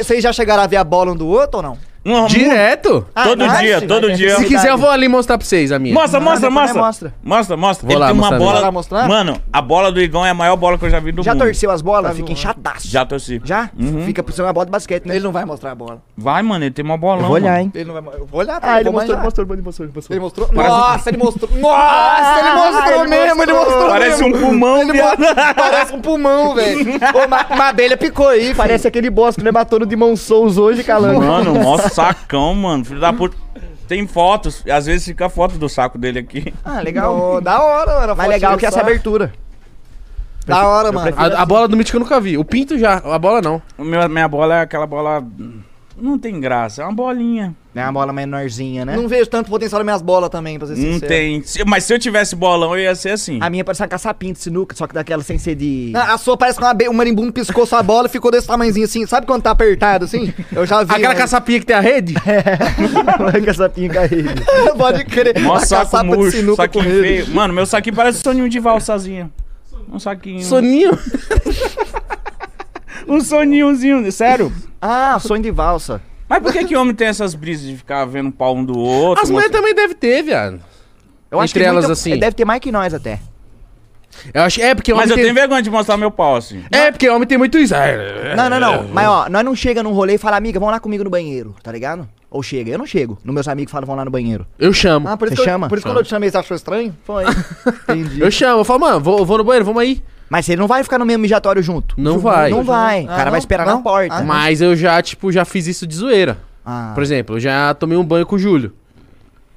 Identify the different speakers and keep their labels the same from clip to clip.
Speaker 1: Vocês já chegaram a ver a bola um do outro ou não?
Speaker 2: Não,
Speaker 3: Direto?
Speaker 1: Ah,
Speaker 2: Todo
Speaker 1: nice,
Speaker 2: dia,
Speaker 1: velho.
Speaker 2: todo dia.
Speaker 3: Se quiser, eu vou ali mostrar pra vocês a minha.
Speaker 2: Mostra,
Speaker 1: Não,
Speaker 2: mostra,
Speaker 1: depois
Speaker 2: mostra.
Speaker 1: nós mostra.
Speaker 2: Mostra, mostra.
Speaker 3: Vou
Speaker 2: Ele
Speaker 3: lá
Speaker 2: tem uma
Speaker 3: mostrar
Speaker 2: bola.
Speaker 1: mesmo. Vai lá mostrar?
Speaker 2: Mano, a bola do Igão é a maior bola que eu já vi do
Speaker 1: Já
Speaker 2: mundo.
Speaker 1: torceu as bolas? Fica inchadaço.
Speaker 2: Já torci.
Speaker 1: Já?
Speaker 2: Uhum.
Speaker 1: Fica por ser uma bola de basquete, né? Ele não vai mostrar a bola.
Speaker 2: Vai, mano, ele tem uma bola.
Speaker 1: hein? Ele não vai mostrar. Eu vou olhar,
Speaker 4: Ah, ele
Speaker 1: eu vou
Speaker 4: mostrou,
Speaker 1: manjar.
Speaker 4: mostrou, mostrou, mostrou,
Speaker 1: Ele
Speaker 4: mostrou.
Speaker 1: mostrou? Nossa, ele mostrou. Nossa, ele mostrou
Speaker 4: ele
Speaker 1: mesmo, ele mostrou
Speaker 2: Parece
Speaker 1: mesmo.
Speaker 2: um pulmão, viado.
Speaker 1: Parece um pulmão, velho. Ô, ma- uma abelha picou aí, filho.
Speaker 4: Parece aquele boss que nós matou no Demon Souls hoje,
Speaker 1: né?
Speaker 4: calando.
Speaker 2: Mano, mó sacão, mano. Filho da puta. Tem fotos. Às vezes fica a foto do saco dele aqui.
Speaker 1: Ah, legal. da hora, mano. Mais legal que essa abertura. Da hora, mano.
Speaker 3: A, a bola do Mítico eu nunca vi. O Pinto já, a bola não.
Speaker 2: O meu- minha bola é aquela bola. Não tem graça. É uma bolinha.
Speaker 4: É uma bola menorzinha, né?
Speaker 1: Não vejo tanto potencial nas minhas bolas também, pra ser
Speaker 2: Não
Speaker 1: sincero.
Speaker 2: tem. Se- Mas se eu tivesse bolão, eu ia ser assim.
Speaker 4: A minha parece uma caçapinha de sinuca, só que daquela sem ser de...
Speaker 1: Ah, A sua parece que uma abe- um marimbundo piscou sua bola e ficou desse tamanhozinho assim. Sabe quando tá apertado assim? Eu já vi.
Speaker 3: Aquela
Speaker 1: mano.
Speaker 3: caçapinha que tem a rede?
Speaker 1: é.
Speaker 4: caçapinha caída.
Speaker 1: Pode crer.
Speaker 2: Mó
Speaker 1: Uma
Speaker 2: saco
Speaker 1: caçapa de
Speaker 2: murcho,
Speaker 1: sinuca
Speaker 2: saquinho
Speaker 1: com ele.
Speaker 2: feio. Mano, meu saquinho parece um soninho de valsazinha. Um saquinho.
Speaker 3: Soninho.
Speaker 2: Um soninhozinho, sério.
Speaker 4: Ah, sonho de valsa.
Speaker 2: Mas por que que homem tem essas brisas de ficar vendo pau um do outro?
Speaker 3: As mulheres também devem ter, viado.
Speaker 4: Eu
Speaker 3: Entre elas,
Speaker 4: muita-
Speaker 3: assim.
Speaker 4: Deve ter mais que nós até.
Speaker 3: Eu acho, é porque homem
Speaker 2: Mas eu
Speaker 3: tem...
Speaker 2: tenho vergonha de mostrar meu pau assim.
Speaker 3: É porque homem tem muito isso. É.
Speaker 4: Não, não, não. Mas ó, nós não chega num rolê e fala, amiga, vão lá comigo no banheiro, tá ligado? Ou chega. Eu não chego. No meus amigos falam, vão lá no banheiro.
Speaker 3: Eu chamo.
Speaker 1: Ah, por isso,
Speaker 4: Você
Speaker 1: que eu-
Speaker 4: chama?
Speaker 1: por isso que quando eu te chamei, você achou estranho?
Speaker 4: Foi. Entendi.
Speaker 3: Eu chamo. Eu falo, mano, vou, vou no banheiro, vamos aí.
Speaker 4: Mas ele não vai ficar no mesmo mijatório junto.
Speaker 3: Não vai.
Speaker 4: Não vai. O
Speaker 1: Ah,
Speaker 4: cara
Speaker 1: não?
Speaker 4: vai esperar
Speaker 1: Não?
Speaker 4: na porta.
Speaker 1: Ah,
Speaker 3: Mas eu já, tipo, já fiz isso de zoeira.
Speaker 4: Ah.
Speaker 3: Por exemplo, eu já tomei um banho com o Júlio.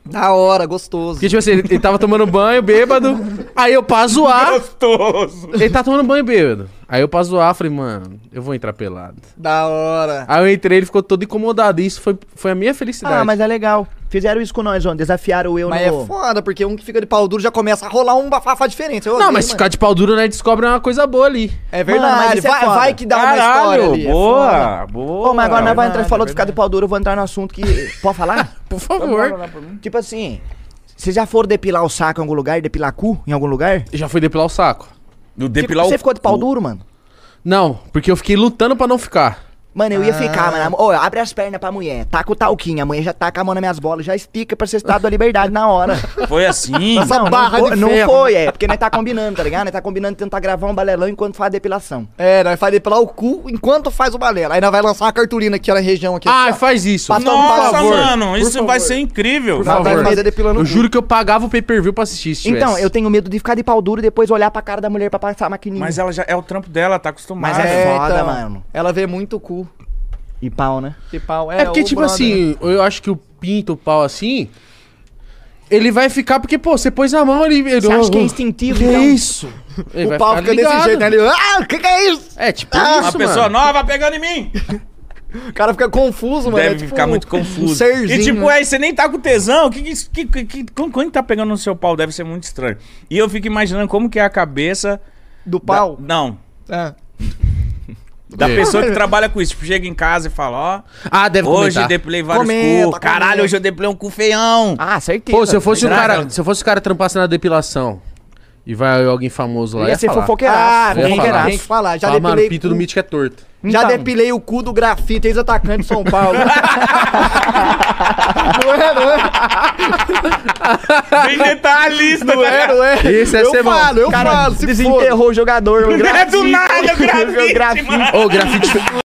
Speaker 1: Da hora, gostoso.
Speaker 3: Porque, tipo assim, ele, ele tava tomando banho bêbado. Aí eu, pra zoar,
Speaker 2: Gostoso.
Speaker 3: ele tá tomando banho bêbado. Aí eu, pra zoar, falei, mano, eu vou entrar pelado.
Speaker 1: Da hora.
Speaker 3: Aí eu entrei, ele ficou todo incomodado. E isso foi, foi a minha felicidade.
Speaker 4: Ah, mas é legal. Fizeram isso com nós ontem, desafiaram eu
Speaker 1: Mas
Speaker 4: no...
Speaker 1: é foda, porque um que fica de pau duro já começa a rolar um bafafá diferente. Eu
Speaker 3: Não,
Speaker 1: odeio,
Speaker 3: mas se
Speaker 1: mano.
Speaker 3: ficar de pau duro, né, descobre uma coisa boa ali.
Speaker 1: É verdade.
Speaker 4: Mano, mas isso é
Speaker 1: vai,
Speaker 4: foda.
Speaker 1: vai que dá uma história
Speaker 2: Caralho,
Speaker 1: ali. é foda.
Speaker 2: boa, boa.
Speaker 4: Pô, mas agora nós vai
Speaker 1: verdade,
Speaker 4: entrar, falou de ficar de pau duro, eu vou entrar no assunto que... Pode falar?
Speaker 3: Por favor.
Speaker 4: tipo assim, vocês já foram depilar o saco em algum lugar? Depilar cu em algum lugar?
Speaker 3: Já fui depilar o saco.
Speaker 2: Do depilar
Speaker 4: Tipo, Você
Speaker 2: o
Speaker 4: ficou de pau
Speaker 2: cu.
Speaker 4: duro, mano?
Speaker 3: Não, porque eu fiquei lutando pra não ficar.
Speaker 4: Mano, eu ia ficar, mano. Ô, abre as pernas pra mulher, taca o talquinho, a mulher já taca a mão nas minhas bolas, já estica pra ser estado da liberdade na hora.
Speaker 2: Foi assim.
Speaker 4: Então, Não, não
Speaker 1: barra
Speaker 4: foi-
Speaker 1: de
Speaker 4: Não
Speaker 1: ferro.
Speaker 4: foi, é, porque nós tá combinando, tá ligado? Nós tá combinando de tentar gravar um balelão enquanto faz a depilação.
Speaker 1: É, nós faz depilar o cu enquanto faz o balela. Aí nós vai lançar uma cartolina aqui na região aqui.
Speaker 3: Ah, faz isso.
Speaker 1: Patrão,
Speaker 2: Nossa,
Speaker 1: por favor.
Speaker 2: mano, isso
Speaker 1: favor.
Speaker 2: vai ser incrível.
Speaker 3: Por favor.
Speaker 1: fazer depilando
Speaker 3: Eu
Speaker 1: o cu.
Speaker 3: juro que eu pagava o pay-per-view pra assistir isso.
Speaker 4: Então, eu tenho medo de ficar de pau duro e depois olhar pra cara da mulher pra passar a maquininha.
Speaker 2: Mas ela já é o trampo dela, tá acostumada.
Speaker 4: Mas é-
Speaker 1: É,
Speaker 4: foda,
Speaker 1: então,
Speaker 4: mano.
Speaker 1: Ela vê muito cu
Speaker 4: E pau, né?
Speaker 1: de pau.
Speaker 3: É porque,
Speaker 1: o
Speaker 3: tipo
Speaker 1: brother, né?
Speaker 3: assim, eu acho que o pinto, o pau assim. Ele vai ficar porque, pô, você pôs a mão ali. Ele,
Speaker 4: Você acha que é
Speaker 3: Oh,
Speaker 4: instintivo,
Speaker 3: que
Speaker 4: então?
Speaker 3: isso? Ele
Speaker 1: O
Speaker 3: vai
Speaker 1: pau
Speaker 3: ficar
Speaker 1: fica desse
Speaker 3: ligado.
Speaker 1: jeito, né? Ele, ah, o que, que é isso?
Speaker 3: É, tipo
Speaker 1: Ah,
Speaker 3: isso,
Speaker 2: Uma pessoa
Speaker 3: mano.
Speaker 2: nova pegando em mim.
Speaker 1: O cara fica confuso, mano.
Speaker 2: Deve
Speaker 1: é tipo
Speaker 2: ficar muito
Speaker 1: um-
Speaker 2: confuso.
Speaker 1: Um serzinho.
Speaker 2: e tipo, aí você nem tá com tesão. Que, que, que, que, que- como- quando tá pegando no seu pau deve ser muito estranho. E eu fico imaginando como que é a cabeça.
Speaker 1: do
Speaker 2: da-
Speaker 1: pau.
Speaker 2: não.
Speaker 1: É.
Speaker 2: Da
Speaker 3: É.
Speaker 2: pessoa que trabalha com isso. Tipo, chega em casa e fala, ó.
Speaker 3: Ah, deve
Speaker 2: Hoje
Speaker 3: comentar.
Speaker 2: depilei vários
Speaker 1: Comenta,
Speaker 2: cu. Caralho,
Speaker 1: comenta.
Speaker 2: hoje eu depilei um cu feião.
Speaker 4: Ah, certeza.
Speaker 3: Pô, se eu fosse um
Speaker 2: Será,
Speaker 3: cara.
Speaker 2: cara?
Speaker 3: Se eu fosse o cara trampasse na depilação e vai alguém famoso lá.
Speaker 4: Ia ser
Speaker 3: falar.
Speaker 1: Ah,
Speaker 4: fofoqueiraço.
Speaker 3: Eu ia
Speaker 1: tem que,
Speaker 3: falar.
Speaker 1: tem que falar. Já
Speaker 3: Já ah, mano, o
Speaker 1: depilei.
Speaker 3: pinto do
Speaker 1: cu-
Speaker 3: mítico é torto.
Speaker 1: Já
Speaker 4: Então.
Speaker 1: depilei o cu do grafite, ex-atacante de São Paulo. não é, não é?
Speaker 2: Bem detalhista,
Speaker 1: Não é, não é?
Speaker 3: Esse é
Speaker 1: eu
Speaker 3: ser bom.
Speaker 1: falo, eu
Speaker 4: Cara,
Speaker 1: falo. Se for.
Speaker 4: desenterrou o jogador. um o
Speaker 2: Não é do
Speaker 1: um
Speaker 4: grafite.
Speaker 2: nada,
Speaker 4: Meu
Speaker 2: grafite,
Speaker 4: grafite.
Speaker 2: mano.
Speaker 3: Ô, grafite